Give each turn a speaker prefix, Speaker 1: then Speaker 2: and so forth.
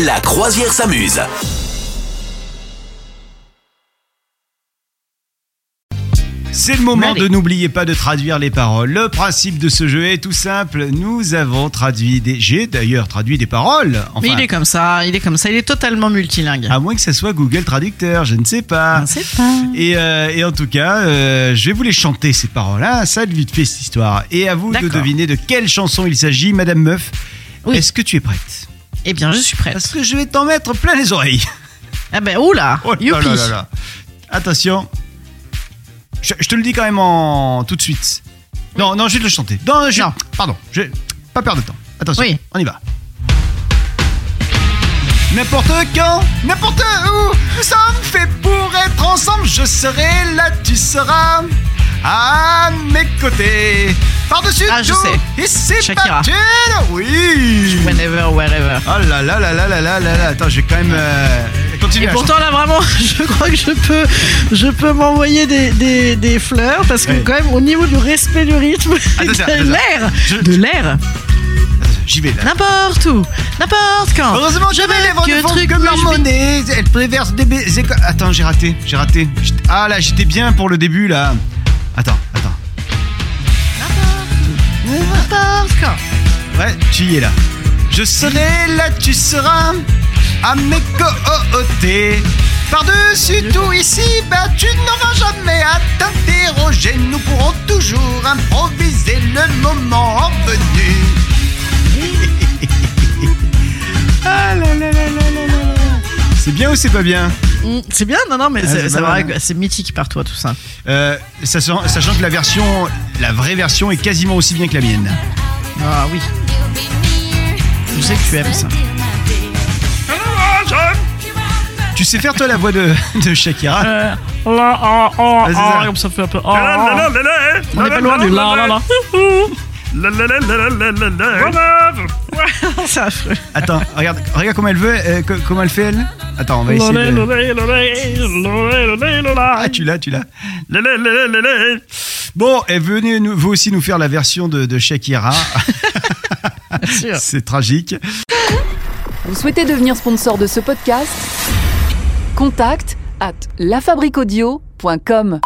Speaker 1: La croisière s'amuse.
Speaker 2: C'est le moment
Speaker 3: Allez.
Speaker 2: de n'oubliez pas de traduire les paroles. Le principe de ce jeu est tout simple. Nous avons traduit des. J'ai d'ailleurs traduit des paroles. Enfin, Ah
Speaker 3: Mais il est comme ça, il est comme ça, il est totalement multilingue.
Speaker 2: à moins que ça soit Google Traducteur, je ne sais pas.
Speaker 3: On sait pas.
Speaker 2: Et, euh, et en tout cas, euh, je vais vous les chanter ces paroles. Ah, ça a de vite fait cette histoire. Et à vous de
Speaker 3: D'accord.
Speaker 2: deviner de quelle chanson il s'agit, Madame Meuf.
Speaker 3: Oui.
Speaker 2: Est-ce que tu es prête
Speaker 3: Eh bien, je suis
Speaker 2: Parce
Speaker 3: prête.
Speaker 2: que je vais t'en mettre plein les oreilles.
Speaker 3: Ah ben, oula,
Speaker 2: Oh là
Speaker 3: youpi.
Speaker 2: là là là. Attention. Je, je te le dis quand même en tout de suite. Non, non, je vais te le chanter. Non, je-
Speaker 3: Non.
Speaker 2: Pardon, je pas perdre de temps. Attention.
Speaker 3: Oui.
Speaker 2: On y va. N'importe quand, n'importe où, nous sommes faits pour être ensemble. Je serai là, tu seras à mes côtés. Par-dessus
Speaker 3: Ah, je
Speaker 2: tout,
Speaker 3: sais.
Speaker 2: et c'est
Speaker 3: Shakira.
Speaker 2: parti. Oui.
Speaker 3: Whenever, wherever.
Speaker 2: Oh là là là là là là là là. Attends, je vais quand même euh, continuer
Speaker 3: Et
Speaker 2: à
Speaker 3: pourtant là vraiment, je crois que je peux, je peux m'envoyer des, des, des fleurs parce que
Speaker 2: Ouais.
Speaker 3: quand même au niveau du respect du rythme, et
Speaker 2: Attends, attends,
Speaker 3: de l'air,
Speaker 2: Je-
Speaker 3: de l'air,
Speaker 2: chanter. J'y vais là.
Speaker 3: n'importe où, n'importe quand.
Speaker 2: Heureusement,
Speaker 3: Je
Speaker 2: j'avais
Speaker 3: vais
Speaker 2: les vents
Speaker 3: Ah. Euh, que
Speaker 2: de fond
Speaker 3: truc
Speaker 2: comme
Speaker 3: où
Speaker 2: leur
Speaker 3: je vais.
Speaker 2: monnaie. Elle préverse des baisers. co- Attends, j'ai raté, j'ai raté. J'étais- Ah là, j'étais bien pour le début là. Attends, attends.
Speaker 3: N'importe quand.
Speaker 2: Ouais, tu y es là. Je serai là, tu seras à mes côtés. Par-dessus tout ici, bah, tu n'auras jamais à t'interroger. Nous pourrons toujours improviser le moment venu. ah là là là là là là là. C'est bien ou c'est pas bien
Speaker 3: Mm, C'est bien, non non, mais
Speaker 2: Ah,
Speaker 3: c'est
Speaker 2: c'est
Speaker 3: c'est
Speaker 2: pas
Speaker 3: vrai
Speaker 2: mal.
Speaker 3: que c'est mythique par toi tout ça.
Speaker 2: Euh, sachant, sachant que la version, la vraie version est quasiment aussi bien que la mienne.
Speaker 3: Ah oui. Je sais que tu aimes ça.
Speaker 2: Tu sais faire toi la voix de, de Shakira Vas-y, ça.
Speaker 3: comme ça fait un peu. oh. On est pas loin du là là là. C'est affreux.
Speaker 2: Attends, regarde, regarde comment elle veut, euh, co- comment elle fait elle. Attends, on va essayer. De... Ah, tu l'as, tu l'as. Bon, et venez nous, vous aussi nous faire la version de, de Shakira.
Speaker 3: Sûr.
Speaker 2: C'est tragique.
Speaker 4: Vous souhaitez devenir sponsor de ce podcast Contact à lafabriquaudio.com.